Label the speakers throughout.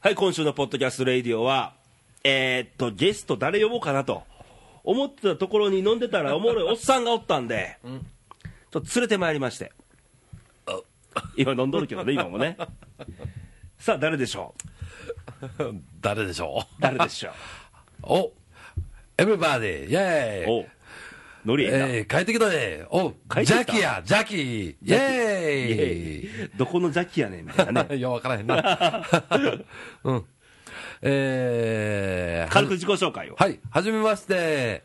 Speaker 1: はい、今週のポッドキャストレイディオは、えーっと、ゲスト誰呼ぼうかなと思ってたところに飲んでたらおもろいおっさんがおったんで、ちょっと連れてまいりまして。 今飲んどるけどね、今もね。さあ、誰でしょう
Speaker 2: 誰でしょ
Speaker 1: 誰でし ょ
Speaker 2: う おエブリバディイェ
Speaker 1: う
Speaker 2: ーイ
Speaker 1: おうノリええな
Speaker 2: えー、帰ってきたねお
Speaker 1: 帰ってき
Speaker 2: ジ
Speaker 1: た
Speaker 2: ャキやジャキイェ
Speaker 1: イエ
Speaker 2: ーイ
Speaker 1: ーイどこのジャッキやねんみた いな ね
Speaker 2: いや、わからへんな。 うん。えー、
Speaker 1: 軽く自己紹介を、
Speaker 2: はい、はじめまして。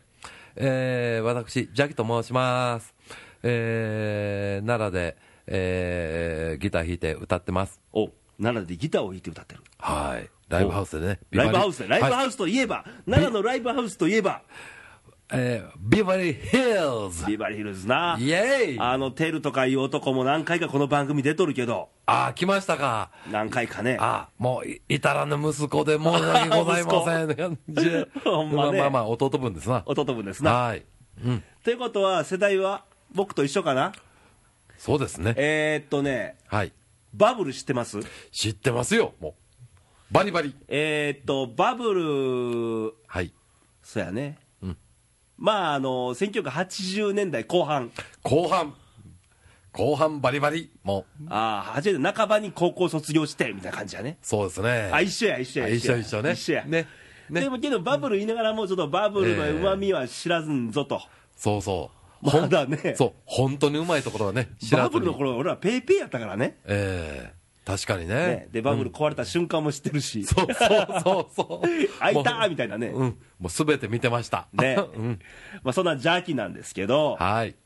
Speaker 2: えー、私、ジャキと申します。えー、奈良で、えー、ギター弾いて歌ってます。
Speaker 1: お奈良でギターを弾いて歌ってる
Speaker 2: はい。ライブハウスでね。ビバ
Speaker 1: ライ
Speaker 2: リ
Speaker 1: ブハウスでライブ
Speaker 2: はい
Speaker 1: ハウスといえば、奈良のライブハウスといえば
Speaker 2: えー、ビバリーヒルズ
Speaker 1: ビバリーヒルズな
Speaker 2: イェーイあ
Speaker 1: あのテルとかいう男も何回かこの番組出とるけど
Speaker 2: あー、来ましたか。
Speaker 1: 何回かね
Speaker 2: あーもうい、至らぬ息子で申し訳ございません。
Speaker 1: ほんまね
Speaker 2: まあまあ、弟分ですな。
Speaker 1: 弟分ですな
Speaker 2: はい。うん。
Speaker 1: ということは世代は僕と一緒かな
Speaker 2: そうですね。
Speaker 1: えー、っとね
Speaker 2: はい。
Speaker 1: バブル知ってます
Speaker 2: 知ってますよ、もう。バリバリ。
Speaker 1: えー、っとバブル
Speaker 2: はい。
Speaker 1: そうやね、
Speaker 2: うん
Speaker 1: まああの1980年代後半
Speaker 2: 後半。後半バリバリ。もう、
Speaker 1: ああ80年半ばに高校卒業してみたいな感じやね
Speaker 2: そうですね。
Speaker 1: あ一緒や一緒や
Speaker 2: あ一緒一緒ね
Speaker 1: 一緒や
Speaker 2: ねね
Speaker 1: でもけどバブル言いながらもちょっとバブルのうまみは知らずんぞと、
Speaker 2: そうそう。
Speaker 1: まだね
Speaker 2: そう、本当にうまいところはね、知
Speaker 1: バ
Speaker 2: らず
Speaker 1: ブルの
Speaker 2: に。
Speaker 1: 頃俺らペイペイやったからね
Speaker 2: ええ確かにね。
Speaker 1: ねでバブル壊れた瞬間も知ってるし、
Speaker 2: そうそうそうそう。
Speaker 1: 開いたーみ
Speaker 2: た
Speaker 1: たいなね、
Speaker 2: うん。もうすべて見てました。
Speaker 1: ね
Speaker 2: うん。
Speaker 1: まあ、そんな邪気なんですけど
Speaker 2: はい。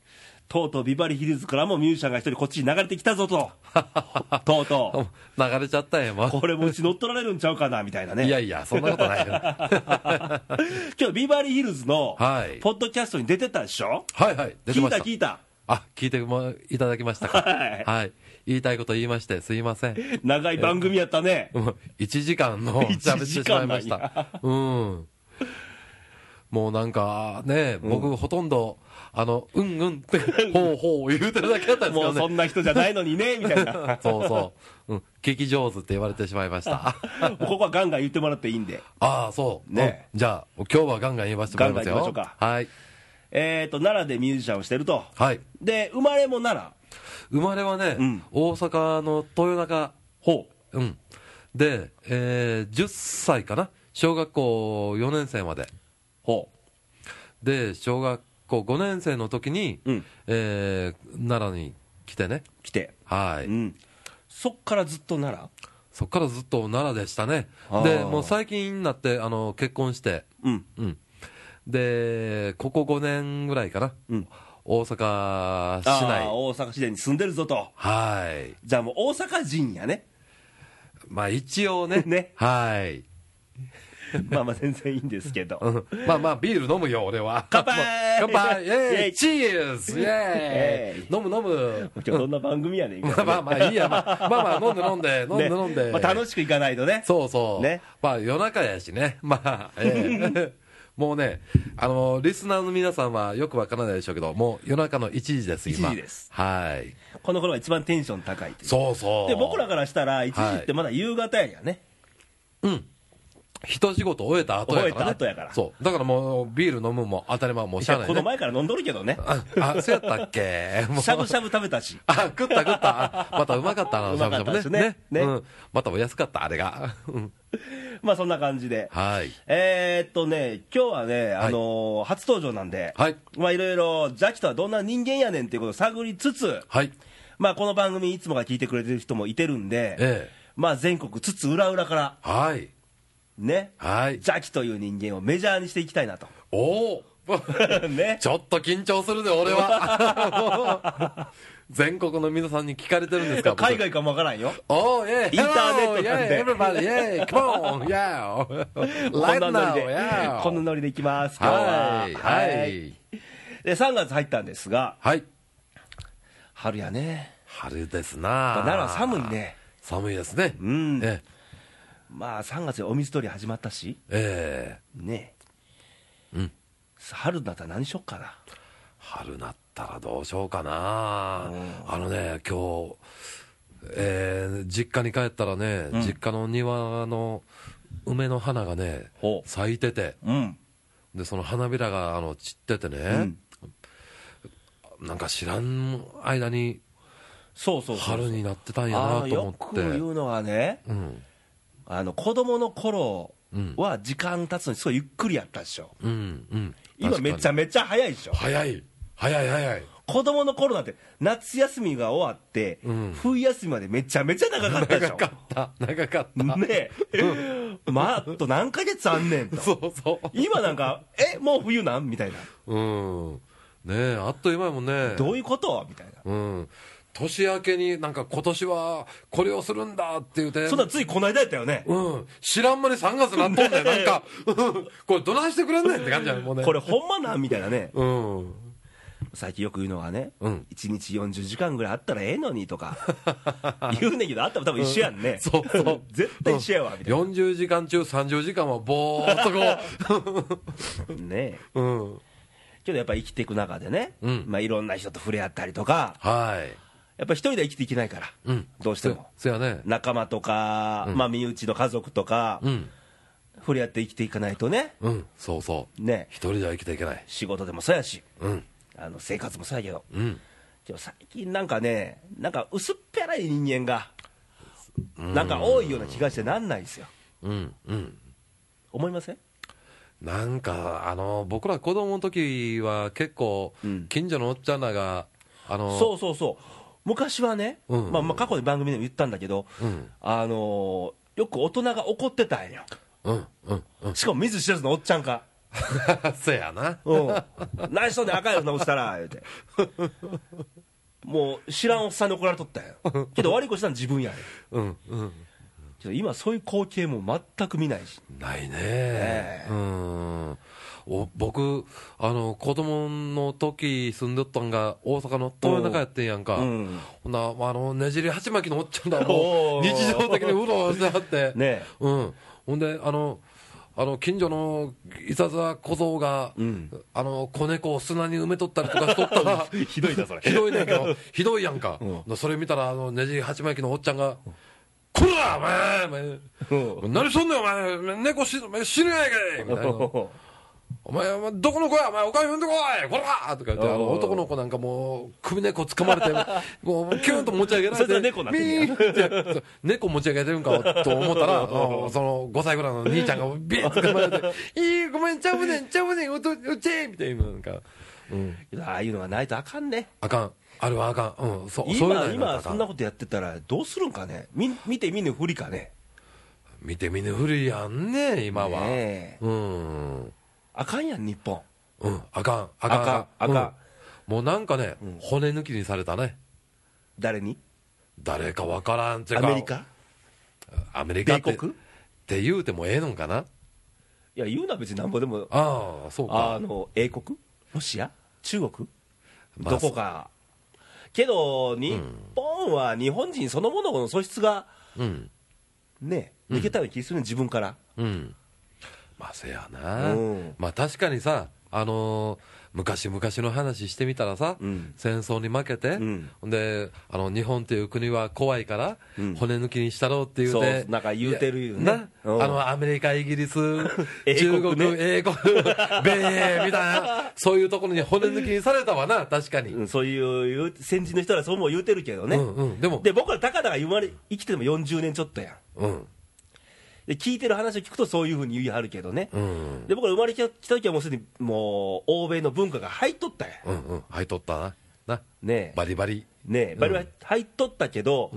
Speaker 1: とうとうビバリーヒルズからもミュージシャンが一人こっちに流れてきたぞ ととうと
Speaker 2: 流れちゃったんや、も
Speaker 1: う
Speaker 2: う。
Speaker 1: これもうち乗っ取られるんちゃうかなみたいない
Speaker 2: や
Speaker 1: ね
Speaker 2: いや、そんなことな いよ
Speaker 1: 今日ビバリーヒルズの
Speaker 2: はい
Speaker 1: ポッドキャストに出てたでしょ、
Speaker 2: はいはい、出て
Speaker 1: 聞い
Speaker 2: ま
Speaker 1: た
Speaker 2: した。
Speaker 1: 聞いた
Speaker 2: あ、聞いてもいただきましたか。
Speaker 1: はい
Speaker 2: はい。言いたいこと言いまして、すいません。
Speaker 1: 長い番組やったね
Speaker 2: もう1時間の
Speaker 1: 一時間
Speaker 2: 喋ってしまいまし
Speaker 1: なん
Speaker 2: た。うん。もうなんかね、僕ほとんど、あの、うんうんって、 ほうほう言うてるだけだったんですけ
Speaker 1: も
Speaker 2: ど
Speaker 1: うそ
Speaker 2: ね。
Speaker 1: んな人じゃないのにねみたいな
Speaker 2: そうそう。うん。聞き上手って言われてしまい ました。
Speaker 1: もうここはガンガン言ってもらっていいんで
Speaker 2: ああ、そう。
Speaker 1: ね
Speaker 2: うんじゃあ、今日はガンガン言わせてもらいますよ。
Speaker 1: ガンガン行きましょう
Speaker 2: はい。
Speaker 1: えー、と奈良でミュージシャンをしてると
Speaker 2: はい。
Speaker 1: で生まれも奈
Speaker 2: 生まれはね、
Speaker 1: うん
Speaker 2: 大阪の豊中。
Speaker 1: 良ほ
Speaker 2: うん。で、えー10歳かな。小学校4年生まで。
Speaker 1: うほ
Speaker 2: で小学校5年生の時に、
Speaker 1: うん
Speaker 2: えー奈良に来てね
Speaker 1: う来て、
Speaker 2: はい、
Speaker 1: うん、そっからずっと奈良
Speaker 2: そこからずっと奈良でしたね
Speaker 1: あー
Speaker 2: でもう最近になってあの結婚して、
Speaker 1: うん
Speaker 2: うん、でここ5年ぐらいかな、
Speaker 1: うん
Speaker 2: 大阪市
Speaker 1: あー
Speaker 2: 内
Speaker 1: 大阪市内に住んでるぞと
Speaker 2: はい
Speaker 1: じゃあもう大阪人やね
Speaker 2: まあ一応ね
Speaker 1: ね
Speaker 2: はい、
Speaker 1: まあまあ全然いいんですけ
Speaker 2: う
Speaker 1: ど
Speaker 2: んまあまあビール飲むよ俺は
Speaker 1: 乾杯
Speaker 2: 乾杯イ
Speaker 1: イ
Speaker 2: ェ
Speaker 1: ェ
Speaker 2: ー
Speaker 1: イ
Speaker 2: イチーズイェ
Speaker 1: イェ
Speaker 2: ーイ飲む飲む
Speaker 1: 今日どんな番組やねん
Speaker 2: まあまあまあいいや、まあ、まあまあ飲んで飲んで飲んで
Speaker 1: ね
Speaker 2: 飲んで、
Speaker 1: まあ、楽しくいかないとね
Speaker 2: そうそう、
Speaker 1: ね
Speaker 2: まあ夜中やしね、まあ、え えもうね、あのリスナーの皆さんはよくわからないでしょうけど、もう夜中の1時です、今、
Speaker 1: 1時です
Speaker 2: はい、
Speaker 1: この頃が一番テンション高いという
Speaker 2: そうそう、
Speaker 1: で僕らからしたら1時ってまだ夕方やんやね、
Speaker 2: うん、一仕事終えた後やから、ね、
Speaker 1: 終えた後やから
Speaker 2: そう、だからもうビール飲むも当たり前、もう
Speaker 1: い
Speaker 2: しゃあ
Speaker 1: や
Speaker 2: ない、
Speaker 1: こ
Speaker 2: ね、
Speaker 1: の前から飲んどるけどね
Speaker 2: あ、あ、そうやった っけ、もう
Speaker 1: しゃぶしゃぶ食べた し
Speaker 2: あ食った食った、あまたうまかったな、
Speaker 1: うまかったです
Speaker 2: しゃぶしゃぶ
Speaker 1: ね
Speaker 2: ね
Speaker 1: ね
Speaker 2: うん、またお安かった、あれが、うん
Speaker 1: まあそんな感じで
Speaker 2: はい、
Speaker 1: えーっとね、今日はね、
Speaker 2: はい
Speaker 1: あのー初登場なんで、
Speaker 2: はい
Speaker 1: まあいろいろ、ザキとはどんな人間やねんっていうことを探りつつ、
Speaker 2: はい、
Speaker 1: まあこの番組、いつもが聞いてくれてる人もいてるんで、
Speaker 2: ええ
Speaker 1: まあ全国つつ裏裏から、
Speaker 2: はい、
Speaker 1: ね、
Speaker 2: はい、
Speaker 1: ザキという人間をメジャーにしていきたいなと。
Speaker 2: おお
Speaker 1: ね。
Speaker 2: ちょっと緊張するで、俺は。 全国の皆さんに聞かれてるんですか
Speaker 1: 海外かもわからんよ。
Speaker 2: おー、イェイ
Speaker 1: インターネットなんで
Speaker 2: Everybody, イェイ Come on, yeah!
Speaker 1: こん
Speaker 2: Right
Speaker 1: なノ
Speaker 2: now,
Speaker 1: リで、
Speaker 2: yeah!
Speaker 1: こんなノリでいきます、今日は。
Speaker 2: はい、はい。
Speaker 1: で、3月入ったんですが、
Speaker 2: はい。
Speaker 1: 春やね。
Speaker 2: 春ですな
Speaker 1: 奈良寒い。ね。
Speaker 2: 寒いですね。
Speaker 1: うん
Speaker 2: え
Speaker 1: まあ3月でお水取り始まったし。
Speaker 2: ええ
Speaker 1: ねえ、
Speaker 2: うん
Speaker 1: 春だったら何しよっかな
Speaker 2: 春なったらどうしようかなあのね、今日、えー実家に帰ったらね、実家の庭の梅の花がね
Speaker 1: ほ、う
Speaker 2: 咲いてて、
Speaker 1: うん。
Speaker 2: でその花びらがあの散っててね、なんか知らん間に
Speaker 1: そうそうそうそう。
Speaker 2: 春になってたんや
Speaker 1: あの
Speaker 2: なと思
Speaker 1: よ
Speaker 2: っ
Speaker 1: く
Speaker 2: て、
Speaker 1: 言うのはね、
Speaker 2: うん、
Speaker 1: あの子供の頃
Speaker 2: うん
Speaker 1: は時間経つのにすごいゆっくりやったでしょ。
Speaker 2: うん、うん、
Speaker 1: 今めち
Speaker 2: ゃ
Speaker 1: ゃめちゃ早いでしょ。
Speaker 2: 早い、早い、早い、
Speaker 1: 子供の頃なんて夏休みが終わって、
Speaker 2: うん
Speaker 1: 冬休みまでめちゃめちゃ長かったでし
Speaker 2: 長
Speaker 1: ょ
Speaker 2: かった、長かった、
Speaker 1: ねえ、まあ、あと何ヶ月あんねんと
Speaker 2: そうそ
Speaker 1: 今なんかえもう冬なんみたいな
Speaker 2: う、うん、ねえ、あっという間やもんね、
Speaker 1: どういうことみたいな
Speaker 2: うん、年明けになんか今年はこれをするんだって言うて、
Speaker 1: そんなんついこの間やったよね
Speaker 2: うん、知らん間に3月なっとんねん、な んか、うんこれ、どないしてくれんねんって感じやねもうね。
Speaker 1: これほんまなんみたいなね
Speaker 2: うん
Speaker 1: 最近よく言うのはね、
Speaker 2: うん
Speaker 1: 一1日40時間ぐらいあったらええのにとか言うねんけどあったら多分一緒やんね、
Speaker 2: そうそう。
Speaker 1: 絶対一緒やわみたい
Speaker 2: 40時間中30時間はぼーっとこ
Speaker 1: なねえ
Speaker 2: う。うん。
Speaker 1: けどやっぱ生きていく中でね、
Speaker 2: うん
Speaker 1: まあ、いろんな人と触れ合ったりとか
Speaker 2: はい。
Speaker 1: やっぱ一人では生きていけないから、
Speaker 2: うん。
Speaker 1: どうしても
Speaker 2: そ。そやね。
Speaker 1: 仲間とか、
Speaker 2: うん
Speaker 1: まあ、身内の家族とか、
Speaker 2: うん。
Speaker 1: 触れ合って生きていかないとね
Speaker 2: うん。そうそう。
Speaker 1: ね
Speaker 2: 一人じゃ生きていけない。
Speaker 1: 仕事でもそうやし
Speaker 2: うん。
Speaker 1: あの生活もそうやけど
Speaker 2: うん。
Speaker 1: でも最近なんかねなんか薄っぺらい人間がなんか多いような気がしてなんないですよ
Speaker 2: うん。うん。
Speaker 1: 思いません
Speaker 2: なんか、あの、僕ら子供の時は結構
Speaker 1: うん、
Speaker 2: 近所のおっちゃんらが、あの、
Speaker 1: そうそうそう昔はね、
Speaker 2: うん
Speaker 1: まあ、まあ過去に番組でも言ったんだけど、
Speaker 2: うん
Speaker 1: あのーよく大人が怒ってたんよ
Speaker 2: う。うん。うん。うん。
Speaker 1: しかも見ず知らずのおっちゃんか
Speaker 2: そやな。
Speaker 1: うん、何しとんねん赤い女押したら言うてもう知らんおっさんに怒られとったんやけど悪い子したの自分やねん
Speaker 2: うん。うん。
Speaker 1: けど今そういう光景も全く見ないし
Speaker 2: ないね、
Speaker 1: え
Speaker 2: うんお僕あの子供の時住んでったんが大阪の豊中やってんやんか、
Speaker 1: うん
Speaker 2: ほんなあのねじり鉢巻きのおっちゃんだ
Speaker 1: お
Speaker 2: もう
Speaker 1: ー
Speaker 2: 日常的にうろうろしてはって、
Speaker 1: ねえ
Speaker 2: うん、ほんであのあの近所のいささ小僧が、
Speaker 1: ん
Speaker 2: あの子猫を砂に埋めとったりとかしとったら
Speaker 1: ひどいなそれ
Speaker 2: ひどいねんけ ど、ひどいやんか、それ見たら、あのねじり鉢巻きのおっちゃんが、こら、お前お前、何しとんねん、お前、猫死ぬお前死ぬやないかいみたいな、お前、お前どこの子や、お前、おかみ産んでこい、こらとか言って、あの
Speaker 1: おう
Speaker 2: 男の子なんかもう、首猫つかま れて、もう、キュンと持ち上げられ
Speaker 1: そいつ
Speaker 2: て、
Speaker 1: は猫になってんねや
Speaker 2: ミーって、そう猫持ち上げてるんかと思っ たら、あのその5歳ぐらいの兄ちゃんが、ビーッと捕まれて、いい、ごめん、ちゃうねん、ちゃうねん、うとうちみたいな、なんか、うん、
Speaker 1: ああいうのがないとあかんね
Speaker 2: あかん、あれはあかん、うん、そう、そういうの
Speaker 1: 今
Speaker 2: やら
Speaker 1: 今
Speaker 2: あか
Speaker 1: そんなことやってたらどうするんかね見見て見ぬふりかね
Speaker 2: 見て見ぬふりやんね今は、
Speaker 1: ねえ
Speaker 2: うん
Speaker 1: あかんやん日本
Speaker 2: うんあかんあかん
Speaker 1: あかんあかん
Speaker 2: うんもうなんかね、骨抜きにされたね
Speaker 1: 誰に
Speaker 2: 誰かわからんっていう
Speaker 1: ア
Speaker 2: か
Speaker 1: メリカ
Speaker 2: アメリカって
Speaker 1: 米国
Speaker 2: って言うてもええのんかない
Speaker 1: や言うな別になんぼでも
Speaker 2: ああそうか
Speaker 1: あの英国ロシア中国
Speaker 2: ま
Speaker 1: ど
Speaker 2: あ
Speaker 1: こかけど日本は日本人そのものの素質が
Speaker 2: うん
Speaker 1: ね抜けたような気するね自分から
Speaker 2: うんまあせやな、
Speaker 1: うん
Speaker 2: まあ確かにさあのー昔々の話してみたらさ、
Speaker 1: うん
Speaker 2: 戦争に負けて、
Speaker 1: ん
Speaker 2: ほんであの日本っていう国は怖いから、
Speaker 1: ん
Speaker 2: 骨抜きにしたろうっていうて
Speaker 1: そうなんか言うてるよね
Speaker 2: いやな、
Speaker 1: うん
Speaker 2: あのアメリカイギリス
Speaker 1: 英
Speaker 2: 中
Speaker 1: 国
Speaker 2: 国
Speaker 1: ね
Speaker 2: 英 国米英みたいなそういうところに骨抜きにされたわな確かに、
Speaker 1: うんそういう先人の人はそうも言うてるけどね、
Speaker 2: うんうんでも
Speaker 1: で僕らたかだか生まれ生きてても40年ちょっとやん
Speaker 2: うん
Speaker 1: で聞いてる話を聞くとそういうふうに言い張るけどね、
Speaker 2: うん
Speaker 1: で僕ら生まれきた時はもうすでにもう欧米の文化が入っとったやん
Speaker 2: うんうん入っとったなな
Speaker 1: ねえ
Speaker 2: バリバリ
Speaker 1: ねえバリバリ入っとったけど、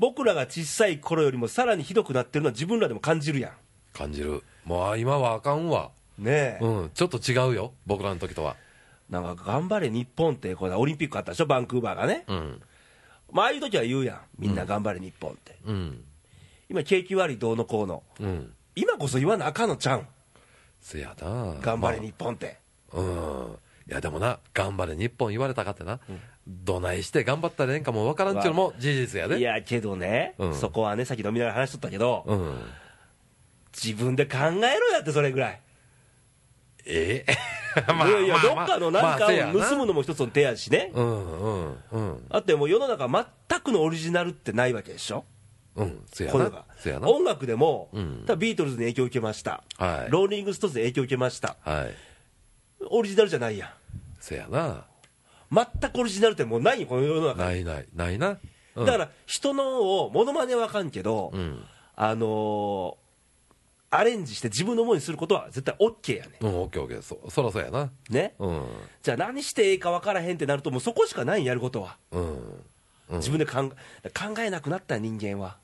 Speaker 1: 僕らが小さい頃よりもさらにひどくなってるのは自分らでも感じるや
Speaker 2: 感じるもうあ今はあかんわ
Speaker 1: んねえ、
Speaker 2: うん、ちょっと違うよ、僕らの時とは。
Speaker 1: なんか頑張れ日本ってこのオリンピックあったでしょバンクーバーがね、
Speaker 2: うん、
Speaker 1: まあ、ああいう時は言うやんみんな頑張れ日本って、
Speaker 2: うん、
Speaker 1: 今景気悪いどうのこうの
Speaker 2: うん、
Speaker 1: 今こそ言わなあかんのちゃうん
Speaker 2: せやな、
Speaker 1: 頑張れ日本って、
Speaker 2: まあうん、いや、でもな、頑張れ日本言われたかってな、どないして頑張ったらええんかもわからんっちゅうのも事実やで。
Speaker 1: いやけどね、
Speaker 2: うん
Speaker 1: そこはねさっき飲みながら話しとったけど、
Speaker 2: うん、
Speaker 1: 自分で考えろやってそれぐらい
Speaker 2: ええま あ
Speaker 1: いやいや、
Speaker 2: ま
Speaker 1: ど
Speaker 2: あまあ
Speaker 1: っかのなんか
Speaker 2: まあせや
Speaker 1: を
Speaker 2: な
Speaker 1: 盗むのも一つの手やしね、
Speaker 2: うんうんうん
Speaker 1: あってもう世の中、全くのオリジナルってないわけでしょ、
Speaker 2: うんせや
Speaker 1: こういうの
Speaker 2: な
Speaker 1: が
Speaker 2: せやな
Speaker 1: 音楽でも、
Speaker 2: うん
Speaker 1: ただビートルズに影響を受けました、
Speaker 2: はい
Speaker 1: ローリング・ストーンズに影響を受けました、
Speaker 2: はい
Speaker 1: オリジナルじゃないや、
Speaker 2: せやなん
Speaker 1: 全くオリジナルってもうないよこの世の中、
Speaker 2: ないないないな、うん
Speaker 1: だから人のを、ものまねはあかんけど、
Speaker 2: うん
Speaker 1: あのーアレンジして自分のものにすることは絶対 OK やね
Speaker 2: うんオッケーオッケーそそらそうやな
Speaker 1: ね、
Speaker 2: うん
Speaker 1: じゃあ何していいか分からへんってなると、もうそこしかないんやることは、
Speaker 2: うん、
Speaker 1: 自分で考え考えなくなった人間は、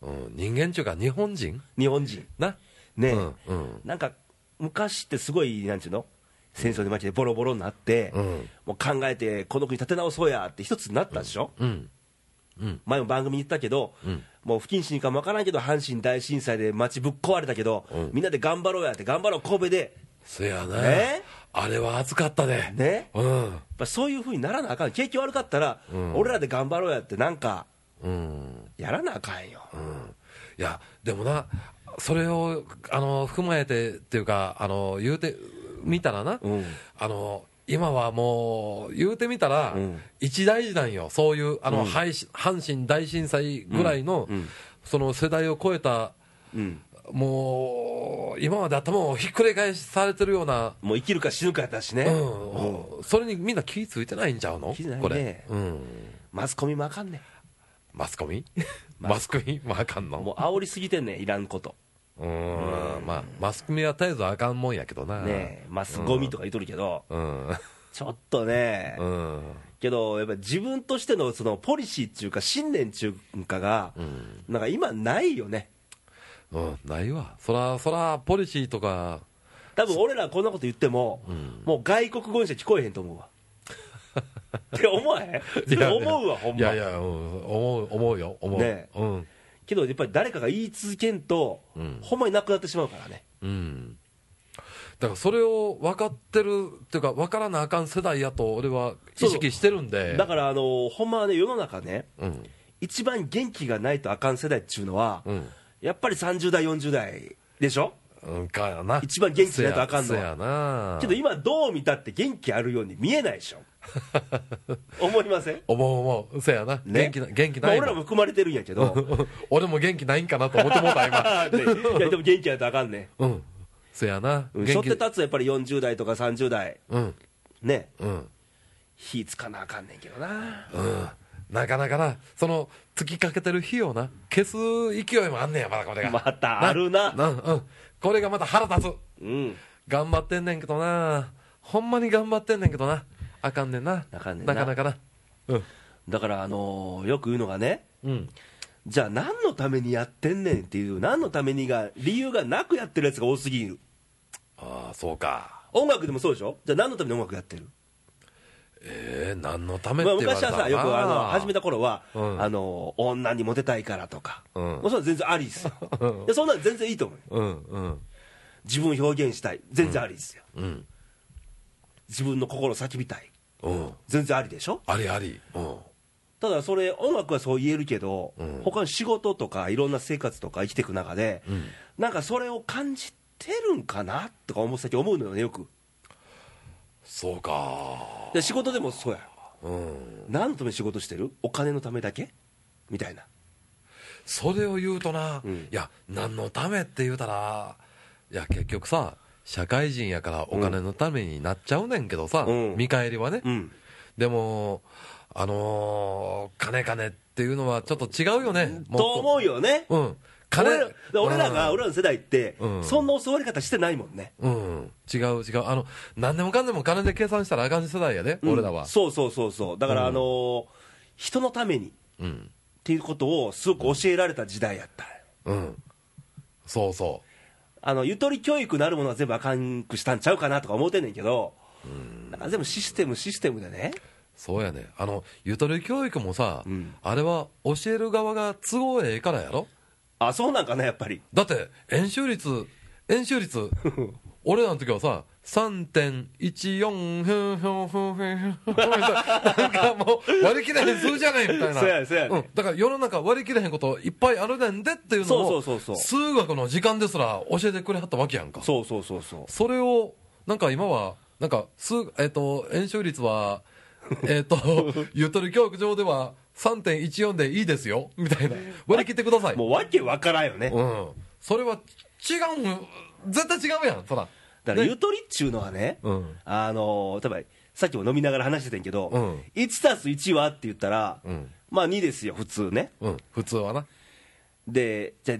Speaker 2: うん、人間っちゅうか日本人
Speaker 1: 日本人。
Speaker 2: な
Speaker 1: ね、
Speaker 2: うんうん
Speaker 1: なんか昔ってすごい、なんていうの、戦争に負けてボロボロになって、
Speaker 2: うん
Speaker 1: もう考えて、この国立て直そうやって一つになったでしょ、
Speaker 2: うんうん
Speaker 1: 前も番組に言ったけど、
Speaker 2: うん
Speaker 1: もう不謹慎かもわからんけど、阪神大震災で街ぶっ壊れたけど、
Speaker 2: うん
Speaker 1: みんなで頑張ろうやって、頑張ろう、神戸で、やっ
Speaker 2: せやな、
Speaker 1: ね
Speaker 2: あれは暑かったで、
Speaker 1: ね
Speaker 2: うん
Speaker 1: ぱそういうふうにならなあかん、景気悪かったら、
Speaker 2: ん
Speaker 1: 俺らで頑張ろうやって、なんか、
Speaker 2: うん
Speaker 1: やらなあかんよ、
Speaker 2: うんいやでもなそれをあの踏まえてっていうかあの言うてみたらな、
Speaker 1: うん
Speaker 2: あの今はもう言うてみたら、
Speaker 1: うん
Speaker 2: 一大事なんよそういうあの、阪神阪神大震災ぐらいの、
Speaker 1: うんうん
Speaker 2: その世代を超えた
Speaker 1: うん、
Speaker 2: もう今まで頭をひっくり返されてるような、
Speaker 1: もう生きるか死ぬかだしね、
Speaker 2: うんそれにみんな気付いてないんちゃうの
Speaker 1: 気付いてないね
Speaker 2: これ、うん、
Speaker 1: マスコミもあかんね
Speaker 2: マス コミマスコミもあかんの
Speaker 1: ん、もう煽りすぎてんねん、いらんこと。
Speaker 2: うーんまあマスコミは絶えずあかんもんやけどな
Speaker 1: ねえ、マスゴミとか言うとるけど、
Speaker 2: うん
Speaker 1: ちょっとね、
Speaker 2: うん
Speaker 1: けど、やっぱ自分としてのそのポリシーっていうか、信念っていうかが、
Speaker 2: ん
Speaker 1: なんか今、ないよね、
Speaker 2: うんないわそらそらポリシーとか
Speaker 1: 多分俺らこんなこと言っても、もう外国語にしか聞こえへんと思うわ。って思わへんでも思うわ、ほんま。
Speaker 2: いやいや、うん、思う思うよ思う、
Speaker 1: ねえ
Speaker 2: うん
Speaker 1: けど、やっぱり誰かが言い続けんと、
Speaker 2: うん
Speaker 1: ほんまになくなってしまうからね、
Speaker 2: うんだからそれを分かってるっていうか分からなあかん世代やと俺は意識してるんで
Speaker 1: だから、あのほんまはね、世の中ね、
Speaker 2: うん
Speaker 1: 一番元気がないとあかん世代っていうのは、
Speaker 2: うん
Speaker 1: やっぱり30代、40代でしょ、
Speaker 2: うんかやな
Speaker 1: 一番元気ないとあかんの
Speaker 2: せやな
Speaker 1: けど今どう見たって元気あるように見えないで しょ思いません、
Speaker 2: 思う思うせやな、
Speaker 1: ね、
Speaker 2: 元気な元気
Speaker 1: まあ
Speaker 2: ない
Speaker 1: 俺らも含まれてるんやけ ど
Speaker 2: 俺も元気ないんかなと思ってもうた 今
Speaker 1: あーっていやでも元気やとあかんね
Speaker 2: うんせやな
Speaker 1: うん背負
Speaker 2: 元
Speaker 1: って
Speaker 2: 気
Speaker 1: 立つやっぱり40代とか30代
Speaker 2: うん
Speaker 1: ね
Speaker 2: うん
Speaker 1: 火つかなあかんねんけどな
Speaker 2: うんなかなかなその突きかけてる火をな消す勢いもあんねやまだこれが
Speaker 1: またあるな
Speaker 2: なうんこれがまた腹立つ
Speaker 1: うん
Speaker 2: 頑張ってんねんけどなほんまに頑張ってんねんけどなあかんねんな
Speaker 1: あかんねんな
Speaker 2: なかなかなうん
Speaker 1: だからあのーよく言うのがね
Speaker 2: うん
Speaker 1: じゃあ何のためにやってんねんっていう何のためにが理由がなくやってるやつが多すぎる
Speaker 2: ああそうか
Speaker 1: 音楽でもそうでしょじゃあ何のために音楽やってる
Speaker 2: ええ何のためっ
Speaker 1: まあ、
Speaker 2: て言わ
Speaker 1: 昔
Speaker 2: れた
Speaker 1: は
Speaker 2: ら
Speaker 1: さ、よくあの始め
Speaker 2: た
Speaker 1: た頃は、
Speaker 2: うん
Speaker 1: あの女にモテたいからとか、
Speaker 2: うん
Speaker 1: もうそれは全然ありですよ、でそんなん全然いいと思うよ、
Speaker 2: うんうん
Speaker 1: 自分を表現したい、全然ありですよ、
Speaker 2: うん
Speaker 1: 自分の心を叫びたい、
Speaker 2: うん
Speaker 1: 全然ありでしょ、
Speaker 2: ありありうん
Speaker 1: ただそれ、音楽はそう言えるけど、
Speaker 2: うん
Speaker 1: 他の仕事とか、いろんな生活とか生きていく中で、
Speaker 2: ん
Speaker 1: なんかそれを感じてるんかなとか思う先思うのよね、よく、
Speaker 2: そうか
Speaker 1: で仕事でもそうや、
Speaker 2: うん
Speaker 1: 何のために仕事してるお金のためだけみたいな。
Speaker 2: それを言うとな、
Speaker 1: うん
Speaker 2: いや、何のためって言うたら、いや、結局さ、社会人やからお金のためになっちゃうねんけどさ、
Speaker 1: うん
Speaker 2: 見返りはね、
Speaker 1: うん
Speaker 2: でも、あのー金金っていうのはちょっと違うよね、も
Speaker 1: と思うよね、
Speaker 2: う、うん、金
Speaker 1: 俺ら俺らが、
Speaker 2: うん
Speaker 1: 俺らの世代って、
Speaker 2: うん
Speaker 1: そんな教わり方してないもんね、
Speaker 2: うん、違う、違う、あの何でもかんでも金で計算したらあかん世代やで、
Speaker 1: うん
Speaker 2: 俺らは。
Speaker 1: そうそうそうそう、だから、
Speaker 2: うん
Speaker 1: あのー人のためにっ
Speaker 2: うん、
Speaker 1: ていうことをすごく教えられた時代やった、
Speaker 2: うん、そうそ
Speaker 1: あのゆとり教育なるものは全部あかんくしたんちゃうかなとか思うてんねんけど、なんか全部システム、システムでね、
Speaker 2: う、そうやね、あのゆとり教育もさ、
Speaker 1: うん
Speaker 2: あれは教える側が都合ええからやろ。
Speaker 1: あそうなんかな、やっぱり、
Speaker 2: だって円周率円周率俺らの時はさ3.14ふんふんふんふんふんふんなんかもう割り切れへん数じゃないみたいな
Speaker 1: そうやそうやね
Speaker 2: ん、だから世の中割り切れへんこといっぱいあるねんでっていうのを
Speaker 1: そうそうそうそう
Speaker 2: 数学の時間ですら教えてくれはったわけやんか
Speaker 1: そうそうそうそう、
Speaker 2: それをなんか今はなんか、数、えっ、と、円周率 は、えっ、と、ゆとり教育上では3.14でいいですよ、みたいな。割り切ってください。
Speaker 1: もうわけわからんよね、
Speaker 2: うん。それは違うん、絶対違うやん、そら。
Speaker 1: だからゆとりっちゅうのはね、
Speaker 2: うん
Speaker 1: あのー例えばさっきも飲みながら話してたんやけど、
Speaker 2: うん
Speaker 1: 1たす1はって言ったら、
Speaker 2: うん
Speaker 1: まあ2ですよ、普通ね。
Speaker 2: うん、普通はな。
Speaker 1: で、じゃ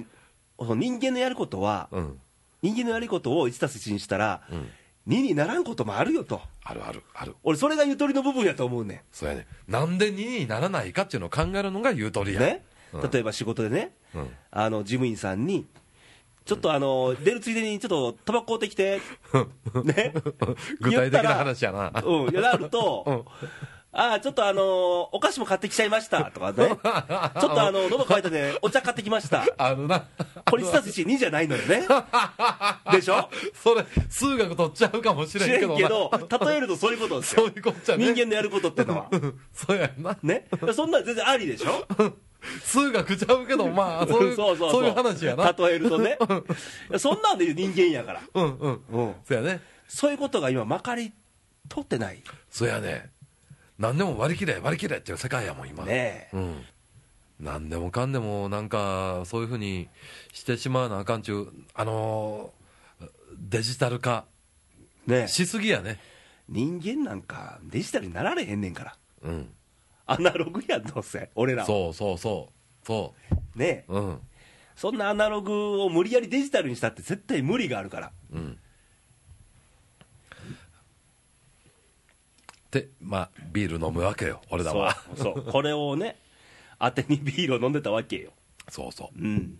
Speaker 1: あ、その人間のやることは、
Speaker 2: うん。
Speaker 1: 人間のやることを1たす1にしたら、
Speaker 2: ん
Speaker 1: 2にならんこともあるよと、
Speaker 2: あるある、ある。
Speaker 1: 俺、それがゆとりの部分やと思うね
Speaker 2: そうやね。なんで2にならないかっていうのを考えるのがゆとり
Speaker 1: ん、
Speaker 2: や。
Speaker 1: ね
Speaker 2: うん
Speaker 1: 例えば仕事でね、
Speaker 2: うん
Speaker 1: あの事務員さんに、ちょっとあの出るついでに、ちょっとタバコ買うてきて、ね、
Speaker 2: 具体的な話やな。
Speaker 1: うん、いやなると、ああ、ちょっとあのーお菓子も買ってきちゃいましたとかね、ちょっとあの喉乾いたんで、お茶買ってきました、
Speaker 2: あるな。
Speaker 1: これ1たす1、2じゃないのよ ね。でしょ
Speaker 2: それ、数学とっちゃうかもしれ
Speaker 1: 知
Speaker 2: ん
Speaker 1: れ
Speaker 2: けど
Speaker 1: ん
Speaker 2: な。
Speaker 1: けど、例えるとそういうことです
Speaker 2: そう
Speaker 1: よ、
Speaker 2: いうこっちゃね。
Speaker 1: 人間のやることってのは。
Speaker 2: うんそうやんな。
Speaker 1: ね、そんなん全然ありでしょ、
Speaker 2: 数学ちゃうけど、まあ、 そういう、そういう話やな。
Speaker 1: 例えるとね、そんなんで言う人間やから、
Speaker 2: うんうん。
Speaker 1: うん
Speaker 2: そうやね。
Speaker 1: そういうことが今、まかり通ってない、
Speaker 2: そうやね。何でも割り切れ、割り切れっていう世界やもん、今。
Speaker 1: ねえ、
Speaker 2: うん。何でもかんでも、なんか、そういうふうにしてしまうなあかんちゅう、あのーデジタル化
Speaker 1: ねえ
Speaker 2: しすぎやね。
Speaker 1: 人間なんかデジタルになられへんねんから。
Speaker 2: うん。
Speaker 1: アナログやんどうせ俺らは
Speaker 2: そうそうそう。そ
Speaker 1: ねえ
Speaker 2: う。うん。
Speaker 1: そんなアナログを無理やりデジタルにしたって絶対無理があるから
Speaker 2: うん。で、まあ、ビール飲むわけよ、俺ら
Speaker 1: そう
Speaker 2: は。
Speaker 1: そうこれをね当てにビールを飲んでたわけよ
Speaker 2: そうそう。
Speaker 1: うん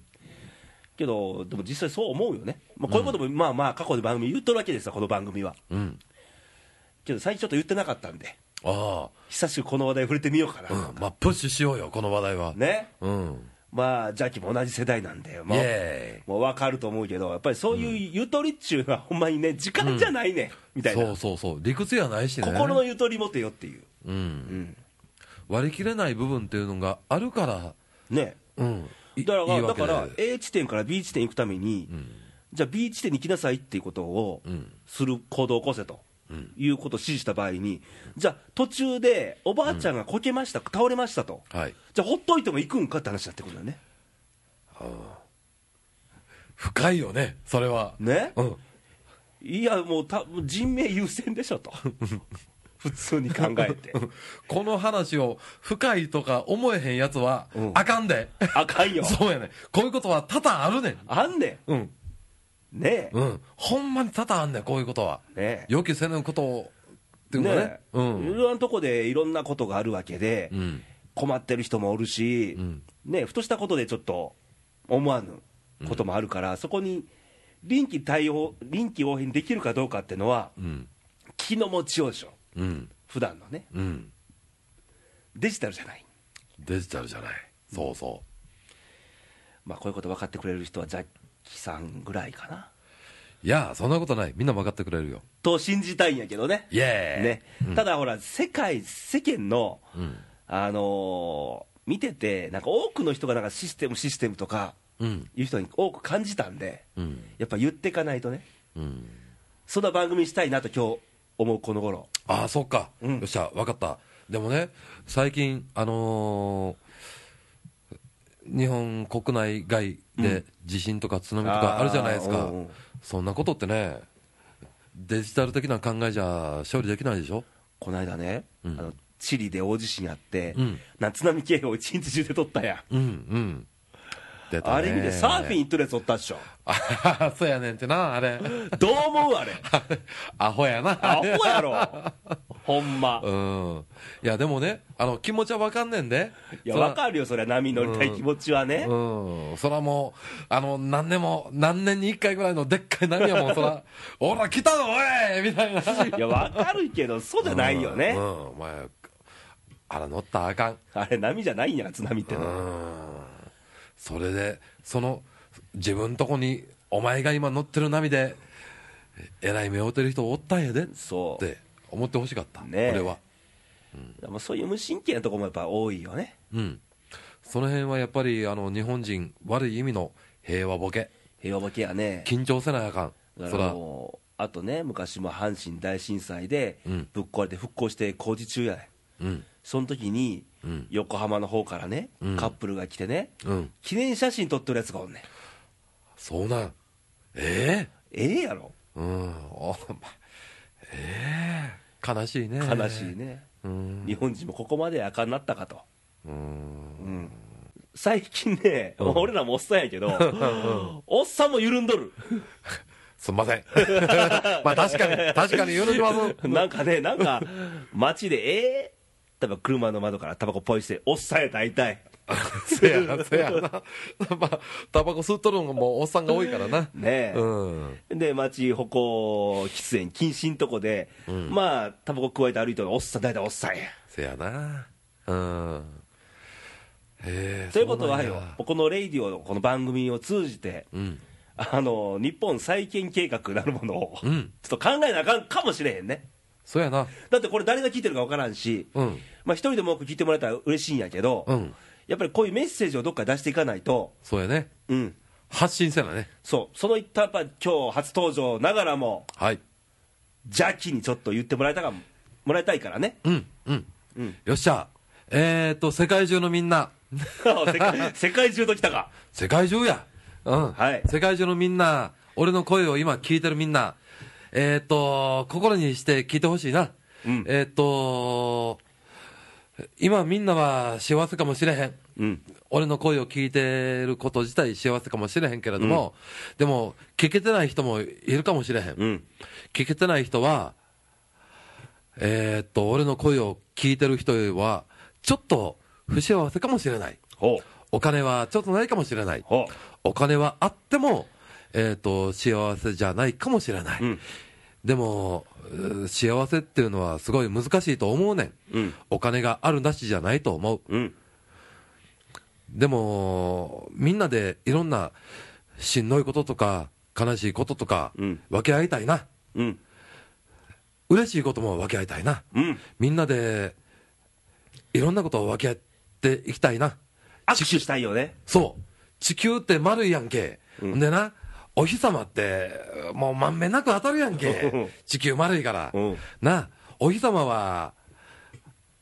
Speaker 1: けどでも実際そう思うよね、まあ、こういうことも、まあまあ過去で番組言っとるわけですよこの番組は
Speaker 2: うん。
Speaker 1: けど最近ちょっと言ってなかったんで
Speaker 2: あ
Speaker 1: 久しくこの話題触れてみようかな、
Speaker 2: あ。うん。まあ、プッシュしようよ、この話題は。。
Speaker 1: ね
Speaker 2: うん。
Speaker 1: まあジャッキも同じ世代なんで
Speaker 2: イ
Speaker 1: もう
Speaker 2: エ
Speaker 1: もう分かると思うけどやっぱりそういうゆとりっちゅうのはほんまにね時間じゃないね、み
Speaker 2: ー
Speaker 1: た
Speaker 2: イ。
Speaker 1: いな
Speaker 2: そうそうそう。理屈やないしね。
Speaker 1: 心のゆとり持てよっていう、
Speaker 2: うん。
Speaker 1: うん、
Speaker 2: 割り切れない部分っていうのがあるから、
Speaker 1: ね
Speaker 2: うん、い
Speaker 1: だから
Speaker 2: いいわ
Speaker 1: だ
Speaker 2: けで
Speaker 1: から A 地点から B 地点行くために、じゃあ B 地点に行きなさいっていうことを
Speaker 2: ん
Speaker 1: する行動を起こせと。いうことを指示した場合に、じゃあ、途中でおばあちゃんがこけました、倒れましたと、
Speaker 2: はい、
Speaker 1: じゃあ、ほっといても行くんかって話になってくるんだよね、
Speaker 2: 深いよね、それは。
Speaker 1: ね
Speaker 2: うん、
Speaker 1: いや、もうた人命優先でしょと、 普通に考えて、
Speaker 2: この話を深いとか思えへんやつは、
Speaker 1: うん
Speaker 2: あかんで、
Speaker 1: あかんよ、
Speaker 2: そうやね、こういうことは多々あるねん、
Speaker 1: あんね
Speaker 2: うん、
Speaker 1: ん、ねえ、
Speaker 2: うん、ほんまに多々あんねん、こういうことは。
Speaker 1: ねえ
Speaker 2: 予期せぬことをっていうのね、
Speaker 1: ねえ
Speaker 2: うん、
Speaker 1: いろんなとこでいろんなことがあるわけで、
Speaker 2: うん、
Speaker 1: 困ってる人もおるし、
Speaker 2: ん
Speaker 1: ね、ふとしたことでちょっと思わぬこともあるから、そこに臨機対応、臨機応変できるかどうかっていうのは、
Speaker 2: うん、
Speaker 1: 気の持ちようでしょ、
Speaker 2: うん、
Speaker 1: 普段のね、
Speaker 2: うん、
Speaker 1: デジタルじゃない、
Speaker 2: デジタルじゃない、そうそ
Speaker 1: まあ、こういうこと分かってくれる人は、ジャッキさんぐらいかな、
Speaker 2: う、いや、そんなことない、みんな分かってくれるよ、
Speaker 1: と信じたいんやけどね、
Speaker 2: イエーイ、
Speaker 1: ねただほら、世界、世間の、
Speaker 2: うん、
Speaker 1: あのー見てて、なんか多くの人がなんかシステム、システムとか、
Speaker 2: うん、
Speaker 1: いう人に多く感じたんで、
Speaker 2: うん、
Speaker 1: やっぱ言っていかないとね。
Speaker 2: うん。
Speaker 1: そんな番組にしたいなと今日思うこの頃
Speaker 2: ああ、そっか、
Speaker 1: うん
Speaker 2: よっしゃ、分かった、でもね、最近、あのー日本国内外で地震とか津波とかあるじゃないです
Speaker 1: あ
Speaker 2: か、
Speaker 1: ーうんうん
Speaker 2: そんなことってね、デジタル的な考えじゃ処理できないでしょ、
Speaker 1: この間ね、
Speaker 2: うん
Speaker 1: あのチリで大地震あって、
Speaker 2: うん
Speaker 1: なん津波警報一日中で撮ったやん、
Speaker 2: うんうん、出たね
Speaker 1: あれ見てサーフィン行っとるやつおったっしょ
Speaker 2: あははそうやねんってな、あれ、
Speaker 1: どう思うあれ
Speaker 2: アホやな、
Speaker 1: アホやろほんま
Speaker 2: うん、いや、でもね、あの気持ちは分かんねんで、
Speaker 1: いや
Speaker 2: そら
Speaker 1: わかるよそれは波乗りたい気持ちはね、
Speaker 2: うん、そらもう、あの、何年も、何年に一回ぐらいの でっかい波やもん、そら、おら、来たぞ、おいみたいな。
Speaker 1: いやわかるけどそうじゃないよね、
Speaker 2: うん、うんお前、あら、乗ったらあかん。
Speaker 1: あれ波じゃないんや津波って
Speaker 2: う
Speaker 1: のは、
Speaker 2: ん。それで、その、自分とこに、お前が今乗ってる波で、ええらい目を負ってる人おったんやで、っ
Speaker 1: そう
Speaker 2: て思ってほしかった、
Speaker 1: ねえ
Speaker 2: 俺は。
Speaker 1: でもそういう無神経なとこもやっぱ多いよね
Speaker 2: うん。その辺はやっぱり、あの、日本人、悪い意味の平和ボケ。
Speaker 1: 平和ボケやね
Speaker 2: 緊張せなあかん。
Speaker 1: だ
Speaker 2: そ
Speaker 1: から
Speaker 2: ら、
Speaker 1: もうあとね、昔も阪神大震災で
Speaker 2: うん
Speaker 1: ぶっ壊れて復興して工事中やね、
Speaker 2: うん
Speaker 1: その時に
Speaker 2: うん
Speaker 1: 横浜の方からね、
Speaker 2: うん
Speaker 1: カップルが来てね、
Speaker 2: うん
Speaker 1: 記念写真撮ってるやつがおんねん、
Speaker 2: そうなんえ
Speaker 1: ええやろ、
Speaker 2: えうんお前ええ悲しいね
Speaker 1: 悲しいね、
Speaker 2: うん
Speaker 1: 日本人もここまであかんなったかと、
Speaker 2: うん
Speaker 1: うん最近ね、
Speaker 2: うん
Speaker 1: 俺らもおっさんやけど、おっさんも緩んどる、
Speaker 2: すんません まあ確かに確かに許します
Speaker 1: なんかね、なんか、街で、えー、多分車の窓からタバコポイして、おっさんや大体。
Speaker 2: せやなせやなまあタバコ吸っとるのがもうおっさんが多いからな
Speaker 1: ねえ
Speaker 2: う ん
Speaker 1: で街歩行喫煙禁止んとこで、まあタバコ加えて歩いてるおっさん大体おっさんや
Speaker 2: せやなうんへえ
Speaker 1: ということは
Speaker 2: そう
Speaker 1: よ
Speaker 2: なんや
Speaker 1: このレイディオのこの番組を通じて、
Speaker 2: うん
Speaker 1: あの日本再建計画なるものを、
Speaker 2: うん
Speaker 1: ちょっと考えなあかんかもしれへんね
Speaker 2: そうやな
Speaker 1: だってこれ誰が聞いてるか分からんし、
Speaker 2: うん
Speaker 1: まあ一人でも多く聞いてもらえたら嬉しいんやけど、
Speaker 2: うん
Speaker 1: やっぱりこういうメッセージをどっかに出していかないと
Speaker 2: そうやね
Speaker 1: うん
Speaker 2: 発信せなね
Speaker 1: そうその一端やっぱ今日初登場ながらも
Speaker 2: はい
Speaker 1: 邪気にちょっと言ってもらえたかももらいたいからね
Speaker 2: うんうん、
Speaker 1: うん
Speaker 2: よっしゃえっ、ー、と世界中のみんな
Speaker 1: 世界世界中と来たか
Speaker 2: 世界中やうん、
Speaker 1: はい
Speaker 2: 世界中のみんな俺の声を今聞いてるみんなえっ、ー、と心にして聞いてほしいな、
Speaker 1: うん
Speaker 2: えっ、ー、と今みんなは幸せかもしれへん
Speaker 1: うん
Speaker 2: 俺の声を聞いてること自体幸せかもしれへんけれども、でも聞けてない人もいるかもしれへん
Speaker 1: うん
Speaker 2: 聞けてない人は、えーっと、俺の声を聞いてる人は、ちょっと不幸せかもしれない。
Speaker 1: ほう
Speaker 2: お金はちょっとないかもしれない。
Speaker 1: ほ
Speaker 2: お金はあっても、えーっと、幸せじゃないかもしれない。
Speaker 1: うん
Speaker 2: でも、えー幸せっていうのはすごい難しいと思うねん。
Speaker 1: うん
Speaker 2: お金があるなしじゃないと思う。
Speaker 1: ううん
Speaker 2: でも、みんなでいろんなしんどいこととか、悲しいこととか
Speaker 1: うん、
Speaker 2: 分け合いたいな。
Speaker 1: うん
Speaker 2: 嬉しいことも分け合いたいな。
Speaker 1: うん
Speaker 2: みんなでいろんなことを分け合っていきたいな。
Speaker 1: 握手したいよね
Speaker 2: そう。地球って丸いやんけ。
Speaker 1: うん
Speaker 2: でな、お日様って、もうまんべんなく当たるやんけ。地球丸いから。
Speaker 1: うん
Speaker 2: な、お日様は、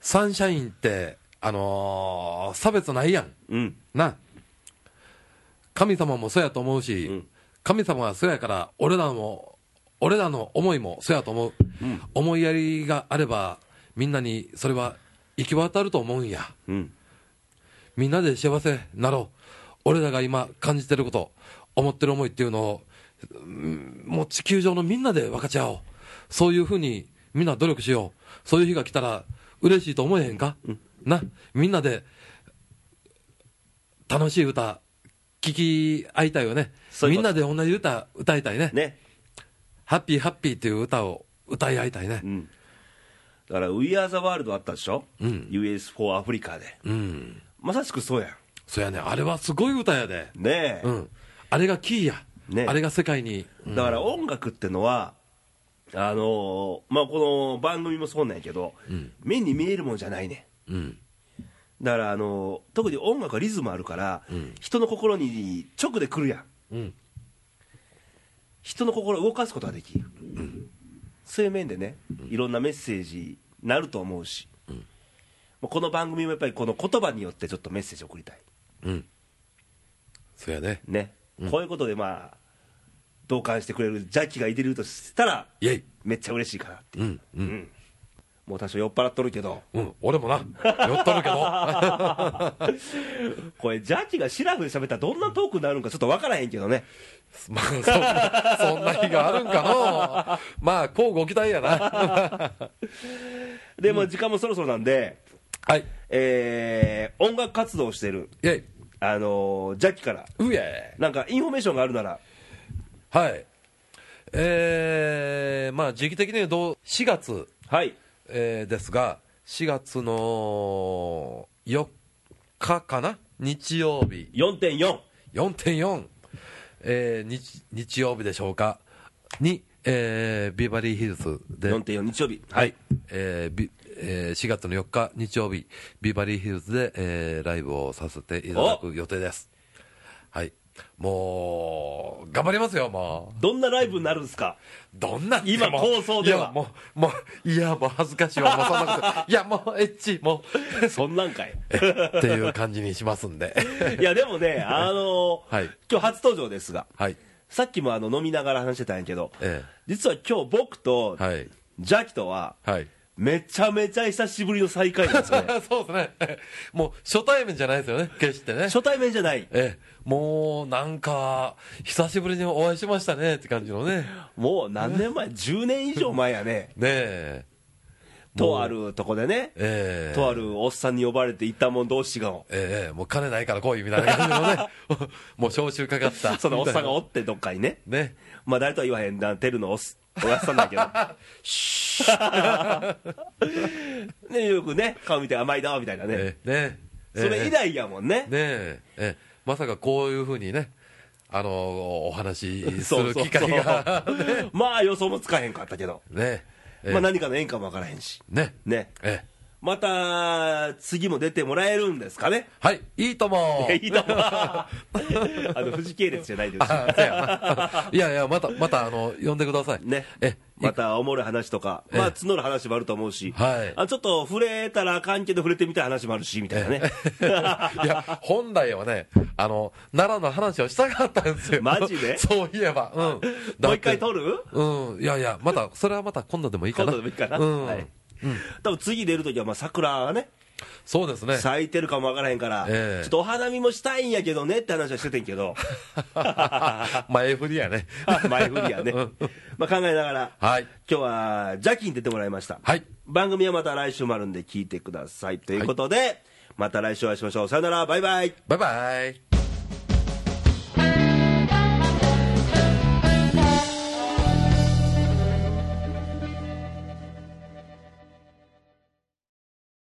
Speaker 2: サンシャインって、あのー差別ないやん。
Speaker 1: うん
Speaker 2: な、神様もそうやと思うし、
Speaker 1: うん
Speaker 2: 神様はそうやから、俺らも、俺らの思いもそうやと思う、
Speaker 1: うん
Speaker 2: 思いやりがあれば、みんなにそれは行き渡ると思うんや、
Speaker 1: うん
Speaker 2: みんなで幸せなろう、俺らが今感じてること、思ってる思いっていうのを、うんもう地球上のみんなで分かち合おう、そういうふうにみんな努力しよう、そういう日が来たら嬉しいと思えへんか、な、みんなで楽しい歌、聴き合いたいよね
Speaker 1: そういう
Speaker 2: み
Speaker 1: こ
Speaker 2: ん
Speaker 1: と
Speaker 2: なで同じ歌歌いたいね、
Speaker 1: ね
Speaker 2: ハッピーハッピーっていう歌を歌い合いたいね
Speaker 1: う。んだから「We Are the World」あったでしょ、
Speaker 2: うん
Speaker 1: US for アフリカで
Speaker 2: うん、
Speaker 1: まさしくそうや
Speaker 2: そうやね、あれはすごい歌やで、
Speaker 1: んねえ、
Speaker 2: うん、あれがキーや、
Speaker 1: ね
Speaker 2: あれが世界に。うん
Speaker 1: だから音楽ってのはあのーまあこの番組もそうなんやけど、目に見えるもんじゃないねん
Speaker 2: うん
Speaker 1: だからあの特に音楽はリズムあるから、
Speaker 2: うん
Speaker 1: 人の心に直で来るやん
Speaker 2: うん、
Speaker 1: 人の心を動かすことができる、そういう面でねいろんなメッセージになると思うし、もうこの番組もやっぱりこの言葉によってちょっとメッセージを送りたい
Speaker 2: うん、そうやね、
Speaker 1: ね、こういうことでまあ同感してくれるジャッキがいてるとしたら
Speaker 2: イェイ、
Speaker 1: めっちゃ嬉しいかなっていう、
Speaker 2: うん、うん、
Speaker 1: うんもう多少酔っ払っとるけど
Speaker 2: うん、俺もな、酔っとるけど、
Speaker 1: これジャッキがシラフで喋ったらどんなトークになるのかちょっと分からへんけどね
Speaker 2: まあそん、そんな日があるんかのう、まあ、こうご期待やな、
Speaker 1: でも時間もそろそろなんで、
Speaker 2: はい、
Speaker 1: えー音楽活動をしてる、
Speaker 2: イェイ、
Speaker 1: あのージャッキから、
Speaker 2: うえ
Speaker 1: なんかインフォメーションがあるなら、
Speaker 2: はい、えー、まあ、時期的に言うと、4月、
Speaker 1: はい、
Speaker 2: えーですが、4月の4日かな、日曜日。
Speaker 1: 4.4、
Speaker 2: 4.4、えー日日曜日でしょうかに、えービバリーヒルズで、
Speaker 1: 4.4日曜日、は
Speaker 2: はいい、えービえー4月の4日日曜日ビバリーヒルズで、えーライブをさせていただく予定ですはいもう、頑張りますよ、も
Speaker 1: どんなライブになるんです か
Speaker 2: う。どんな
Speaker 1: 今
Speaker 2: でも
Speaker 1: 構想ではい
Speaker 2: や、もう、もう、いや、もう恥ずかしいわ、もうそんなこと。いや、もう、エッチ、もう、
Speaker 1: そんなんかい
Speaker 2: っていう感じにしますん で。
Speaker 1: いやでもねあのー
Speaker 2: はい
Speaker 1: 今日初登場ですが
Speaker 2: はい。
Speaker 1: さっきもあの飲みながら話してたんやけど、
Speaker 2: え
Speaker 1: 実は今日僕と
Speaker 2: え。はい。
Speaker 1: ジャキとは
Speaker 2: はい。
Speaker 1: めちゃめちゃ久しぶりの再会なんです よね
Speaker 2: そうですね。もう、初対面じゃないですよね、決してね。
Speaker 1: 初対面じゃない
Speaker 2: ええ、もう、なんか、久しぶりにお会いしましたねって感じのね。
Speaker 1: もう何年前10年以上前や ね
Speaker 2: ねえ。
Speaker 1: とあるとこでね
Speaker 2: ええ。
Speaker 1: とあるおっさんに呼ばれて行ったもん同士 が
Speaker 2: ええ、もう金ないから来いみたいな感 じのね。もう招集かかった。
Speaker 1: そのおっさんがお
Speaker 2: み
Speaker 1: ってどっかにね
Speaker 2: たいなね。
Speaker 1: まあ誰とは言わへんなテルのおっすおやっさんだけど ねよくね顔見て甘いだみたいなね、
Speaker 2: ええ、ねえ。
Speaker 1: それ以
Speaker 2: ね
Speaker 1: 来やもんね、
Speaker 2: え。ええ、まさかこういうふうにね、あの、お話しす
Speaker 1: そう
Speaker 2: る
Speaker 1: そう
Speaker 2: 機
Speaker 1: そう
Speaker 2: 会が。
Speaker 1: まあ予想もつかへんかったけど、
Speaker 2: ねえ。
Speaker 1: まあ、何かの縁かもわからへんし、
Speaker 2: ね。
Speaker 1: ね、
Speaker 2: ええ。
Speaker 1: また次も出てもらえるんですかね、
Speaker 2: はい、いいとも
Speaker 1: いやいいと思う あの富士系列じゃないです
Speaker 2: あそうや ないやいや、また、また、あの、呼んでください。
Speaker 1: ね
Speaker 2: え、
Speaker 1: またおもろい話とか、まあ、募る話もあると思うし、
Speaker 2: はい
Speaker 1: あちょっと触れたらあかんけど、触れてみたい話もあるしみたいなね、
Speaker 2: いや、本来はね、あの、奈良の話をしたかったんですよ。
Speaker 1: マジで
Speaker 2: そういえば。うん。
Speaker 1: もう一回
Speaker 2: る
Speaker 1: 撮る
Speaker 2: うん。いやいや、また、それはまた今度でもいいか
Speaker 1: 今
Speaker 2: な。
Speaker 1: 度でもいいかな、
Speaker 2: うん。
Speaker 1: はい多分次出るときはまあ桜がね、
Speaker 2: そうですね。
Speaker 1: 咲いてるかもわからへんから、
Speaker 2: ええ
Speaker 1: ちょっとお花見もしたいんやけどねって話はしててんけど、
Speaker 2: 前振りやね。
Speaker 1: 前振りやね、まあ、考えながら、
Speaker 2: はい。
Speaker 1: 今日は邪気に出てもらいました、
Speaker 2: はい。
Speaker 1: 番組はまた来週もあるんで聞いてくださいということで、また来週お会いしましょうさよならバイバイ
Speaker 2: バイバイ。